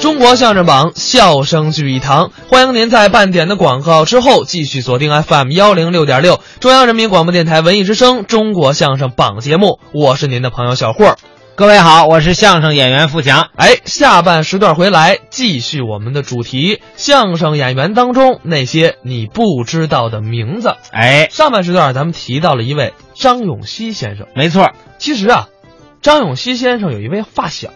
中国相声榜，笑声聚一堂。欢迎您在半点的广告之后继续锁定 FM 幺零六点六，中央人民广播电台文艺之声《中国相声榜》节目，我是您的朋友小霍。各位好，我是相声演员付强。哎，下半时段回来继续我们的主题：相声演员当中那些你不知道的名字。哎，上半时段咱们提到了一位张永熙先生，没错，其实啊，张永熙先生有一位发小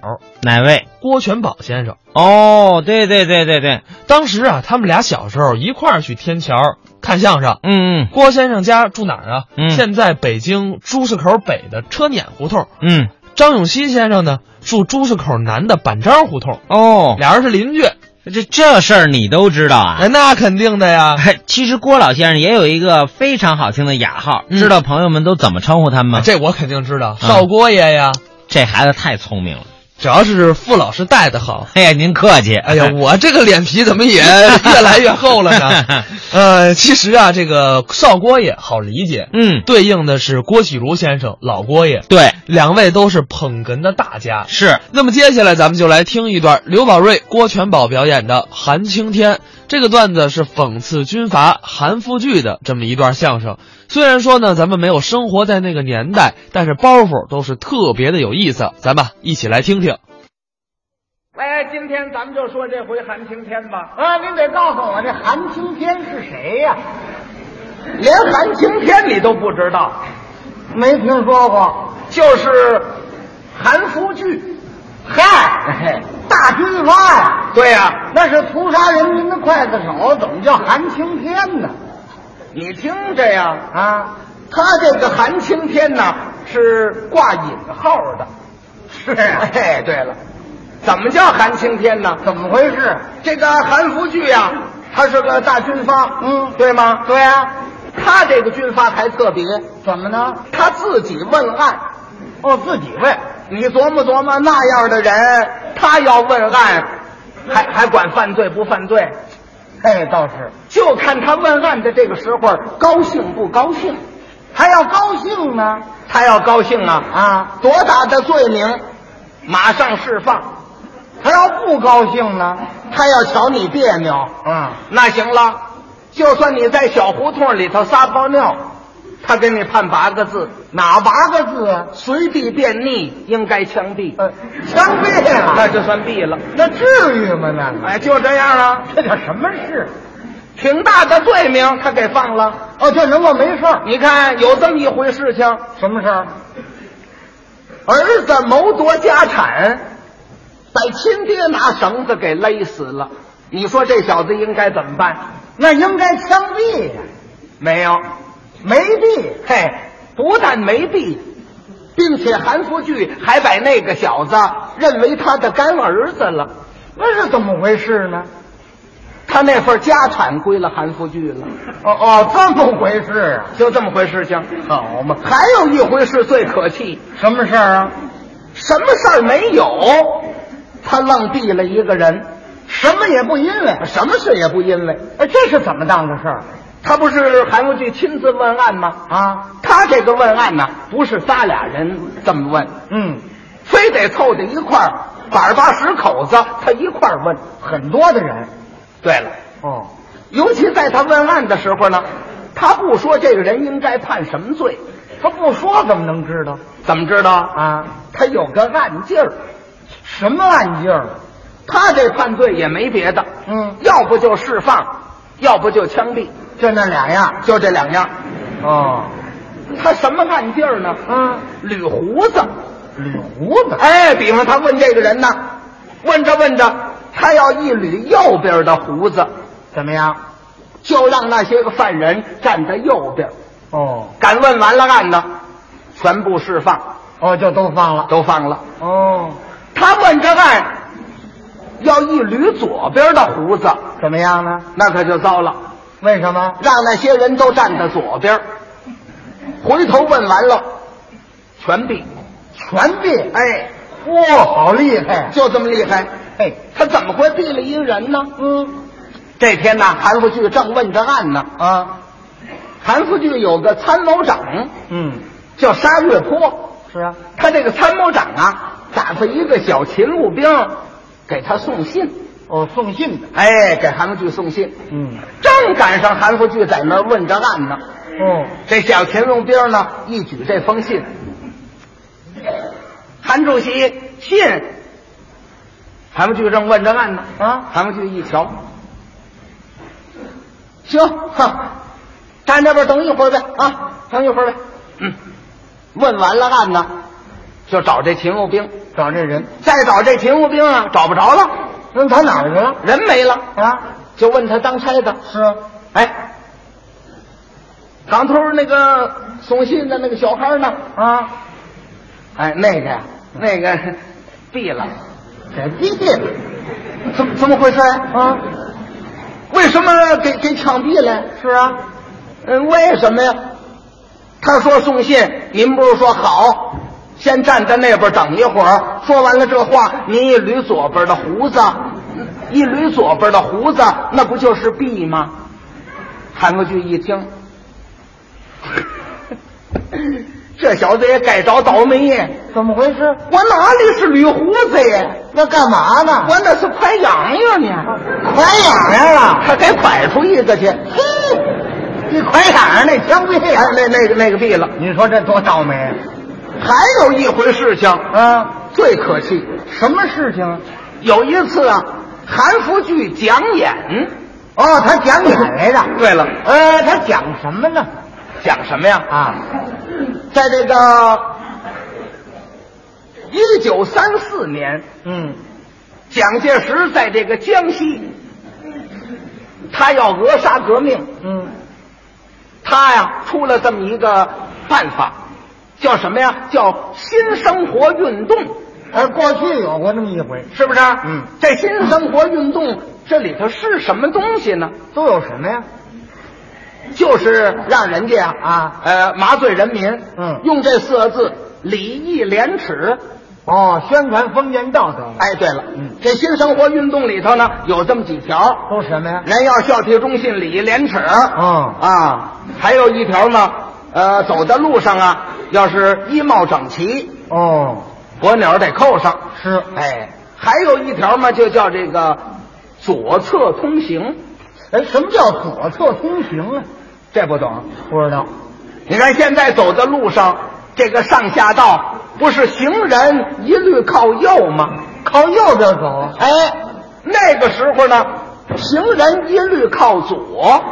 哪位？郭全宝先生。哦，对对对对对，当时啊，他们俩小时候一块儿去天桥看相声。嗯郭先生家住哪儿啊？嗯现在北京朱市口北的车碾胡同。嗯嗯，张永熙先生呢，住朱市口南的板张胡同，哦，俩人是邻居。这这事儿你都知道啊？哎，那肯定的 呀。哎，其实郭老先生也有一个非常好听的雅号，嗯知道朋友们都怎么称呼他吗？这我肯定知道，嗯少郭爷呀，这孩子太聪明了。只要是傅老师带的 好。哎呀，您客气。哎呀，我这个脸皮怎么也越来越厚了 呢？呃，其实啊，这个少郭爷好理解， 嗯，对应的是郭启儒先生，老郭爷，对，两位都是捧哏的大家。是，那么接下来咱们就来听一段刘宝瑞、郭全宝表演的《韩青天》。这个段子是讽刺军阀韩复榘的这么一段相声。虽然说呢，咱们没有生活在那个年代，但是包袱都是特别的有意思。咱们一起来听听。哎，今天咱们就说这回韩青天吧。啊，您得告诉我这韩青天是谁呀、连韩青天你都不知道，没听说过？就是韩复榘，嗨，大军阀呀、对呀、那是屠杀人民的刽子手，怎么叫韩青天呢？你听着呀，啊，他这个韩青天呐是挂引号的。是啊 哎，对了，怎么叫韩青天呢？怎么回事？这个韩复榘呀、他是个大军阀，嗯对吗？对呀、他这个军阀还特别，怎么呢？他自己问案。哦，自己问，你琢磨琢磨，那样的人，他要问案，还还管犯罪不犯罪？嘿，哎倒是就看他问案的这个时候高兴不高兴。还要高兴呢他要高兴啊，啊，多大的罪名，马上释放。还要不高兴呢他要瞧你别扭，啊，那行了，就算你在小胡同里头撒泡尿，他给你判八个字，哪八个字啊？随地便溺，应该枪毙。呃，枪毙那啊！就算毙了。那至于吗？那个哎，就这样了，这叫什么事？挺大的罪名，他给放了。哦，这能够没事儿？你看，有这么一回事情，什么事儿？儿子谋夺家产，把亲爹拿绳子给勒死了。你说这小子应该怎么办？那应该枪毙呀、没有，没毙。嘿，不但没毙，并且韩复榘还把那个小子认为他的干儿子了。那是怎么回事呢？他那份家产归了韩复榘了，哦哦，这么回事啊？就这么回事情。好嘛，还有一回事最可气，什么事儿啊？什么事儿没有，他愣毙了一个人，什么也不因为。什么事也不因为。哎，这是怎么当的事儿他不是韩复榘亲自问案吗？啊？他这个问案呢，不是仨俩人这么问，嗯，非得凑在一块儿，百八十口子他一块儿问。很多的人。对了，哦，尤其在他问案的时候呢，他不说这个人应该判什么罪，他不说怎么能知道怎么知道？啊，啊？他有个案劲儿，什么暗劲儿？他这判罪也没别的，嗯，要不就释放，要不就枪毙，就那俩样。就这两样。哦，他什么案劲儿呢？嗯，捋胡子。捋胡子。哎，比方他问这个人呢，问着问着，他要一捋右边的胡子，怎么样？就让那些个犯人站在右边。哦敢问完了案呢，全部释放，哦，就都放了。都放了。哦，他问这案，要一捋左边的胡子，怎么样呢？那可就糟了，为什么？让那些人都站在左边。回头问完了，全毙。全毙！哎，哇、哦好厉害！啊就这么厉害。嘿，他怎么会毙了一个人呢？嗯这天呐，韩复榘正问着案呢，啊，韩复榘有个参谋长嗯，叫沙月坡，是啊，他这个参谋长啊，打发一个小勤务兵给他送信，哦，送信的，哎，给韩复榘送信。嗯，正赶上韩复榘在那儿问着案呢，哦，这小田荣兵呢一举这封信，韩主席信。韩复榘正问着案呢，啊韩复榘一瞧，行，哈，站那边等一会儿呗，啊，等一会儿呗。嗯，问完了案呢，就找这勤务兵，找这人，再找这勤务兵啊，找不着了，那他哪儿去了？人没了，啊，就问他当差的，是啊，哎，港头那个送信的那个小孩呢？啊，哎，那个呀，那个 毙了，给毙了哎怎么怎么回事啊？啊，为什么给给枪毙了？是啊，嗯，为什么呀？他说送信，您不是说好，先站在那边等一会儿。说完了这话，您一捋左边的胡子，一捋左边的胡子，那不就是毙吗？韩国剧 一听，这小子也该找倒霉呀！怎么回事？我哪里是捋胡子呀？那干嘛呢？我那是快痒痒呢，快痒痒了，哎他给摆出一个去。你快痒痒那枪毙哎，那那个那个毙了。你说这多倒霉还有一回事情啊！最可气，什么事情？有一次啊，韩复榘讲演。哦，他讲演来的。对了，呃，他讲什么呢？讲什么呀？啊，在这个一九三四年，嗯，蒋介石在这个江西，他要扼杀革命，嗯，他呀出了这么一个办法，叫什么呀？叫新生活运动。呃，过去有过那么一回，是不是？嗯，这新生活运动这里头是什么东西呢？都有什么呀？就是让人家啊呃，麻醉人民，嗯用这四个字礼义廉耻。哦，宣传封建道德。哎，对了，嗯这新生活运动里头呢，有这么几条：都什么呀？人要孝悌忠信，礼义廉耻。哦啊，还有一条呢，呃，走在路上啊，要是衣帽整齐，哦，火鸟得扣上。是，哎，还有一条嘛，就叫这个左侧通行。哎，什么叫左侧通行啊？这不懂。不知道。你看现在走在路上，这个上下道不是行人一律靠右吗？靠右边走，啊哎，那个时候呢，行人一律靠左，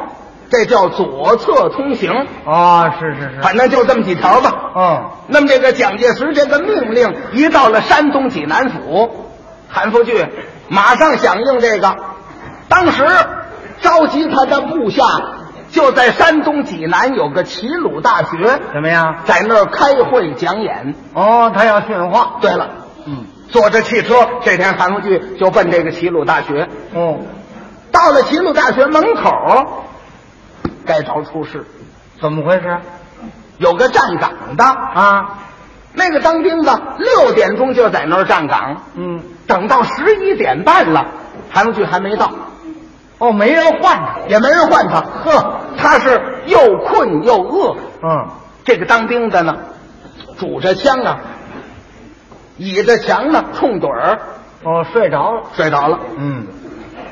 这叫左侧通行。哦，是是是，反正就这么几条吧。哦，那么这个蒋介石这个命令一到了山东济南府，韩复榘马上响应这个，当时召集他的部下就在山东济南有个齐鲁大学，怎么样？在那儿开会讲演。哦，他要训话。对了，嗯，坐着汽车，这天韩复榘就奔这个齐鲁大学。哦，到了齐鲁大学门口，该着出事，怎么回事？有个站岗的，啊，那个当兵的六点钟就在那儿站岗，嗯，等到十一点半了，韩复榘还没到，哦，没人换他。也没人唤他。呵，他是又困又饿。嗯，这个当兵的呢，拄着枪啊，倚着墙呢，冲盹儿哦，睡着了。睡着了。嗯，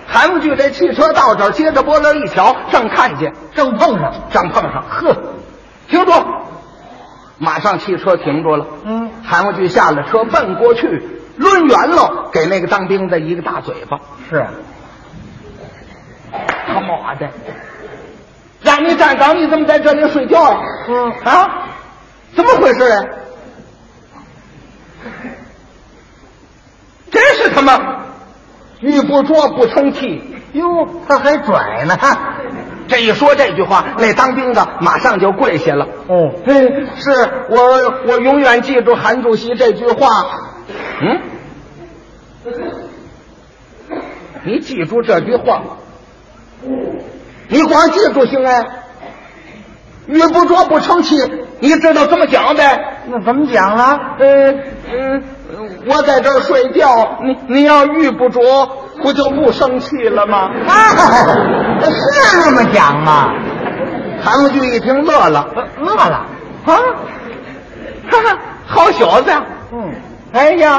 韩复榘这汽车到这儿，接着波棱一瞧，正看见，正碰上。正碰上，呵，停住！马上汽车停住了。嗯，韩复榘下了车，奔过去，抡圆了，给那个当兵的一个大嘴巴。是。他妈的！让你站岗，你怎么在这里睡觉呀、嗯啊，怎么回事啊？真是他妈玉不琢不成器！哟，他还拽呢。这一说这句话，那当兵的马上就跪下了。哦，嗯，是我，我永远记住韩主席这句话。嗯，你记住这句话，你光记住行哎，玉不琢不成器，你知道怎么讲呗？那怎么讲了？呃，嗯，我在这儿睡觉，你你要玉不琢，不就不生气了吗？啊， 是那么讲吗？韩复榘一听乐了，饿了。啊，哈哈，好小子呀！嗯，哎呀，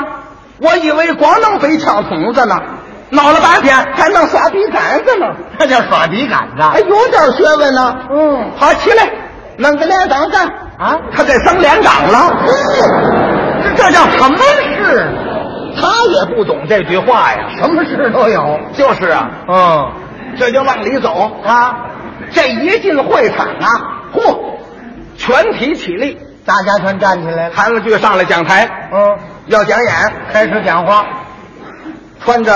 我以为光弄北抢筒子呢，闹了半天还弄耍笔杆子呢。这叫耍笔杆子。还有点学问呢。嗯好，起来，弄个连长干啊他给升连长了。这这叫什么事？他也不懂这句话呀。啊什么事都有。 就是啊，嗯这就往里走。啊，这一进会场啊，嚯，全体起立，大家全站起来了。韩文剧上了讲台，嗯，要讲演，开始讲话。穿着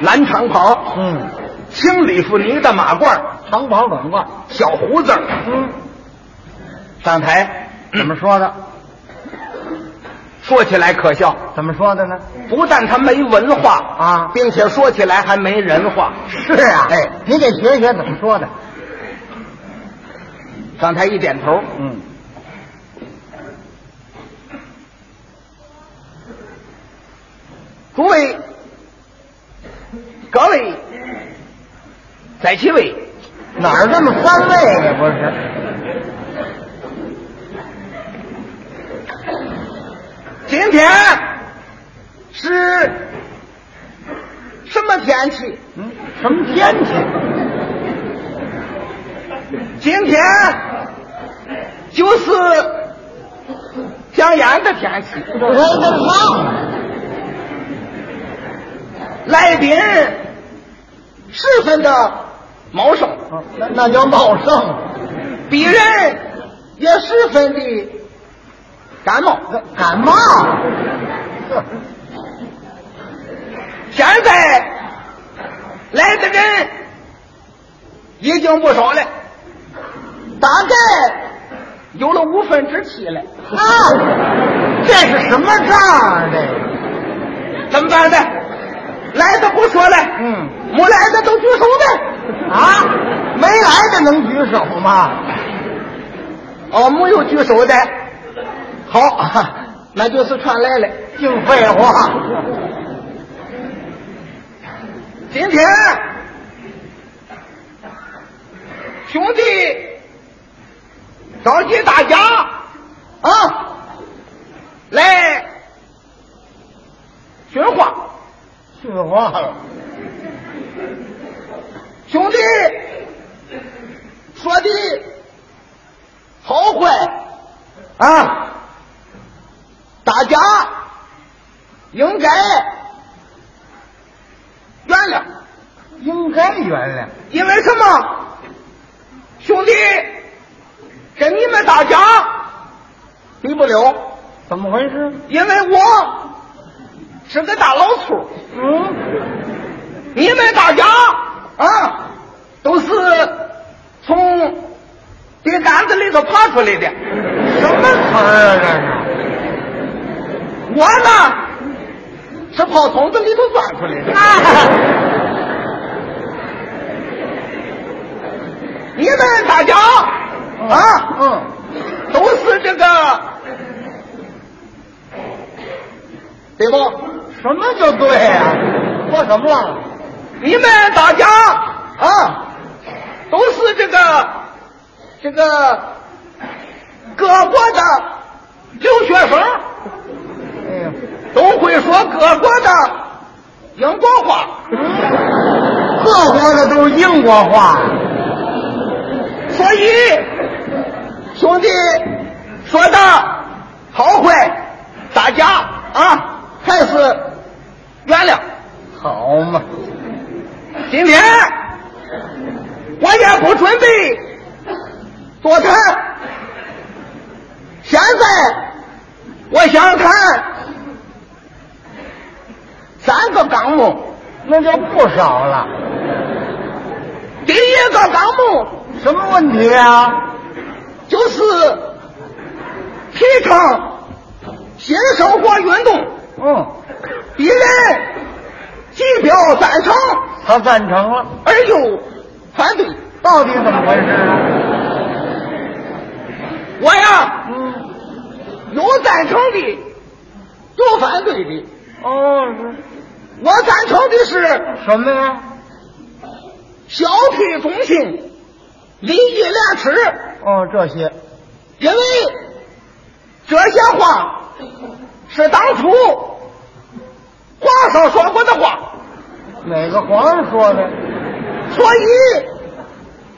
蓝长袍，嗯，青里弗尼的马褂，长袍短褂。小胡子，嗯，上台怎么说的？说起来可笑，怎么说的呢？不但他没文化啊并且说起来还没人话。是啊，哎，你得学学怎么说的。上台一点头，嗯，诸位，各位，在其位，哪儿这么翻位呢？不是？今天是什么天气？嗯，什么天气？今天就是讲演的天气，这这胖啊！来宾十分的茂盛，那那叫茂盛，鄙人也十分的感冒。感冒。现在来的人已经不少了，大概有了五分之七了。啊，这是什么账啊？这个，怎么办呢？来的不说了，嗯，没来的都举手呗。啊，没来的能举手吗？哦，没有举手的，好， 那就是传来了。净废话。今天兄弟召集大家啊，来训话。去话了，兄弟说的好坏啊，大家应该原谅，应该原因为什么？兄弟跟你们大家比不了，谅。怎么回事？因为我是个大老粗，嗯，你们大家啊都是从笔杆子里头爬出来的。什么词儿啊？这是我呢，是跑筒子里头钻出来的。你们大家啊，嗯，都是这个，对不？什么就对呀、说什么了？你们大家啊，都是这个这个各国的留学生，哎呀，都会说各国的英国话。 各国的都是英国话。所以，兄弟说的好坏，大家啊还是原谅。好嘛，今天我也不准备多谈，现在我想谈三个纲目。那就不少了。第一个纲目什么问题啊？就是提倡新生活运动。嗯，敌人既表赞成，他赞成了，而又反对。到底怎么回事啊？我呀，嗯，有赞成的，有反对的。哦，是我赞成的是什么呀？小批中心，礼义廉耻，哦，这些，因为这些话是当初皇上说过的话，哪个皇上说的？所以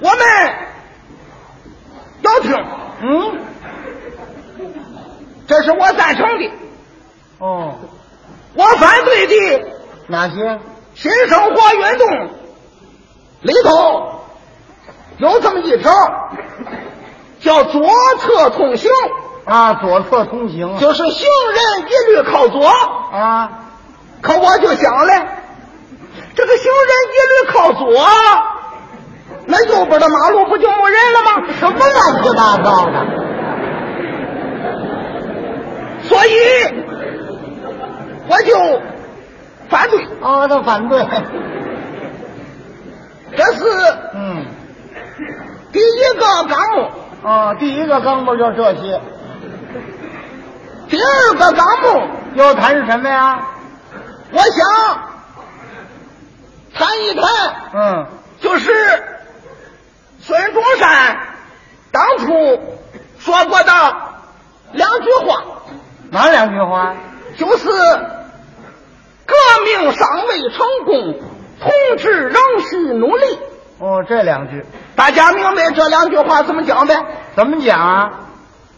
我们要听。嗯，这是我赞成的，哦，我反对的哪些？新生活运动里头有这么一条，叫左侧通行，啊，左侧通行啊就是行人一律靠左。啊，可我就想嘞，这个行人一律靠左，那右边的马路不就没人了吗？什么乱七八糟的？所以我就反对，哦，他反对。 这是嗯，第一个纲目。哦，第一个纲目就这些，第二个纲目，又谈什么呀？我想谈一谈，嗯，就是孙中山当初说过的两句话，哪两句话？就是革命尚未成功，同志仍需努力。哦，这两句大家明白这两句话怎么讲呗？怎么讲啊？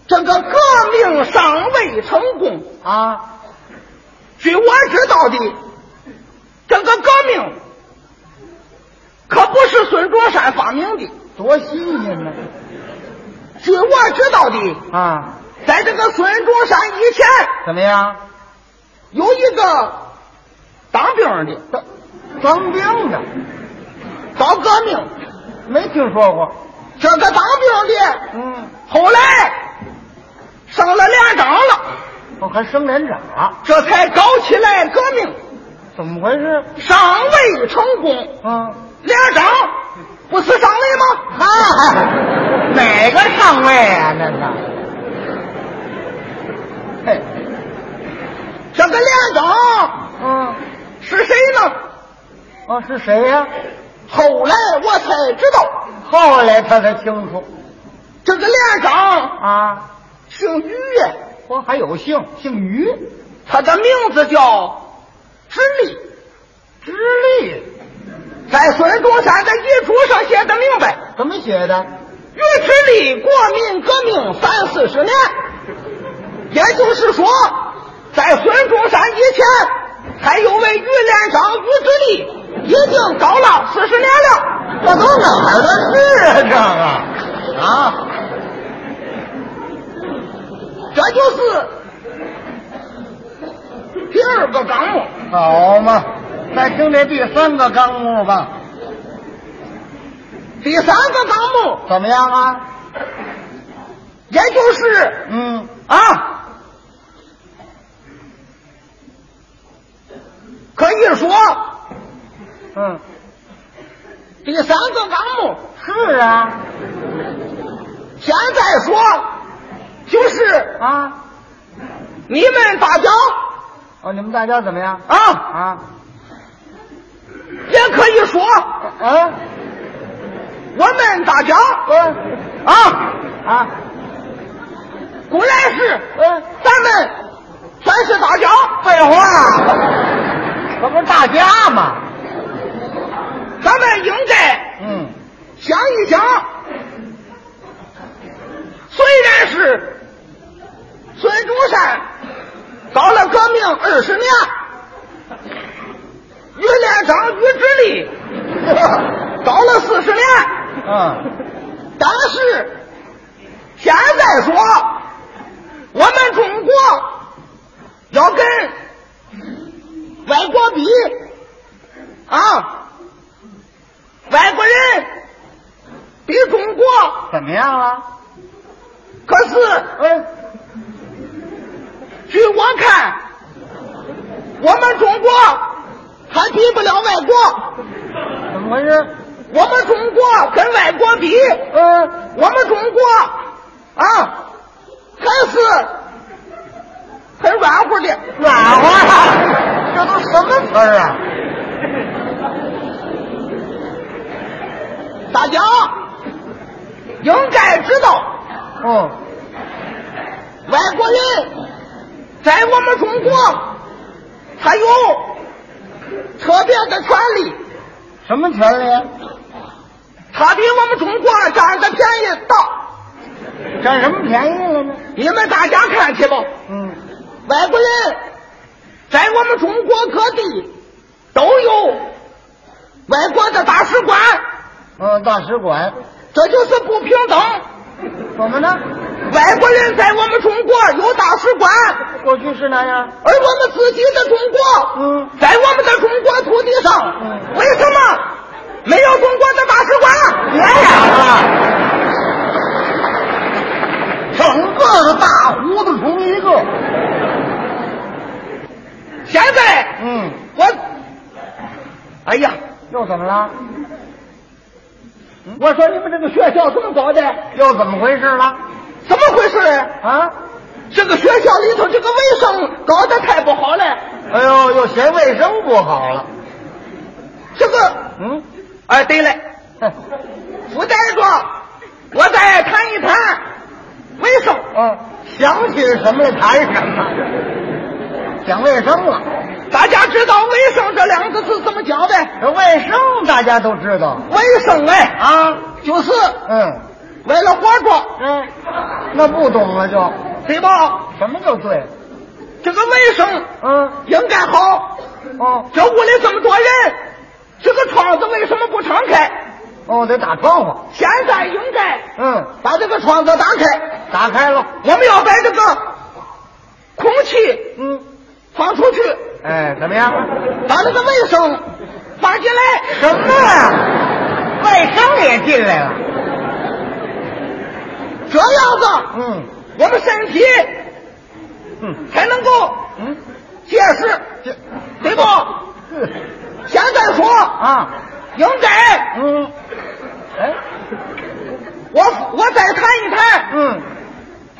这个革命尚未成功，啊，据我知道的，这个革命可不是孙中山发明的。多新鲜呢！据我知道的，啊，在这个孙中山以前，怎么样？有一个当兵的当当兵的搞革命，没听说过。这个当兵的嗯，后来升了连长了，我哦还升连长了，这才搞起来革命，怎么回事？尚未成功。嗯，连长不是上尉吗？啊，哎哪个上尉啊？那是？嘿，这个连长嗯，是谁呢？哦，是谁呀、后来我才知道，后来他才清楚这个连长啊，姓于，我还有姓，姓于，他的名字叫直立。直隶，在孙中山的遗嘱上写的明白，怎么写的？于直立国民革命三四十年，也就是说，在孙中山以前，还有位于连长于直立，已经搞了四十年了。这都哪儿的事啊？这个啊，这就是第二个纲目。 好嘛，再听这第三个纲目吧，第三个纲目，怎么样啊？也就是嗯，啊，可以说嗯，第三个纲目，是啊，现在说就是啊，你们大家哦，你们大家怎么样？啊，啊，也可以说啊，我们大家嗯，啊，啊，古来是嗯，咱们全是大家，废话，这不是大家吗？咱们应该嗯，想一想，虽然是孙中山搞了革命二十年，于连长于直立搞了四十年。嗯，但是现在说，我们中国要跟外国比啊，外国人比中国，怎么样了？可是嗯，据我看，我们中国还比不了外国。怎么回事？我们中国跟外国比，嗯，我们中国啊，还是很软乎的。软和，这都什么词儿啊？大家应该知道，哦，外国人在我们中国，他有特别的权利，什么权利啊？他比我们中国占的便宜大。占什么便宜了呢？你们大家看去吧，嗯，外国人在我们中国各地都有外国的大使馆，嗯，大使馆这就是不平等。怎么呢？外国人在我们中国有大使馆，过去是那样。而我们自己的中国，嗯在我们的中国土地上，嗯为什么没有中国的大使馆？别嚷了，整个的大胡子虫一个。现在嗯，我，哎呀，又怎么了？嗯我说你们这个学校怎么搞的？又怎么回事了？怎么回事？啊？这个学校里头这个卫生搞得太不好了，哎呦，又嫌卫生不好了。这个，嗯，哎，对了，副带着，我再谈一谈卫生。嗯，想起什么来谈什么，讲卫生了。大家知道“卫生”这两个字怎么讲呗？这卫生大家都知道卫生哎，啊。就是嗯为了活着，嗯，那不懂了就对吧？什么就对。这个卫生嗯应该好。哦这屋里这么多人，这个窗子为什么不敞开？哦，得打窗户。现在应该嗯，把这个窗子打开，打开了。我们要把这个空气嗯，放出去，哎，怎么样？把那个卫生放进来。什么呀？卫生也进来了。这样子，嗯我们身体嗯才能够嗯，结实，这对不？嗯现在说，啊应该嗯，哎我我再谈一谈，嗯，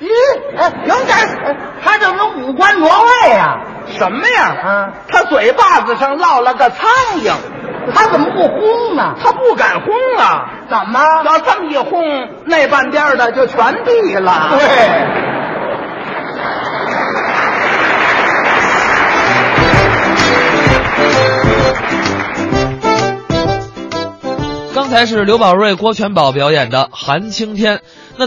咦，哎，应哎该，他怎么五官挪位呀？什么呀？啊，他嘴巴子上落了个苍蝇，他怎么不轰呢？他不敢轰啊！怎么？要这么一轰，那半边的就全毙了。对，刚才是刘宝瑞、郭全宝表演的《韩青天》，那咱。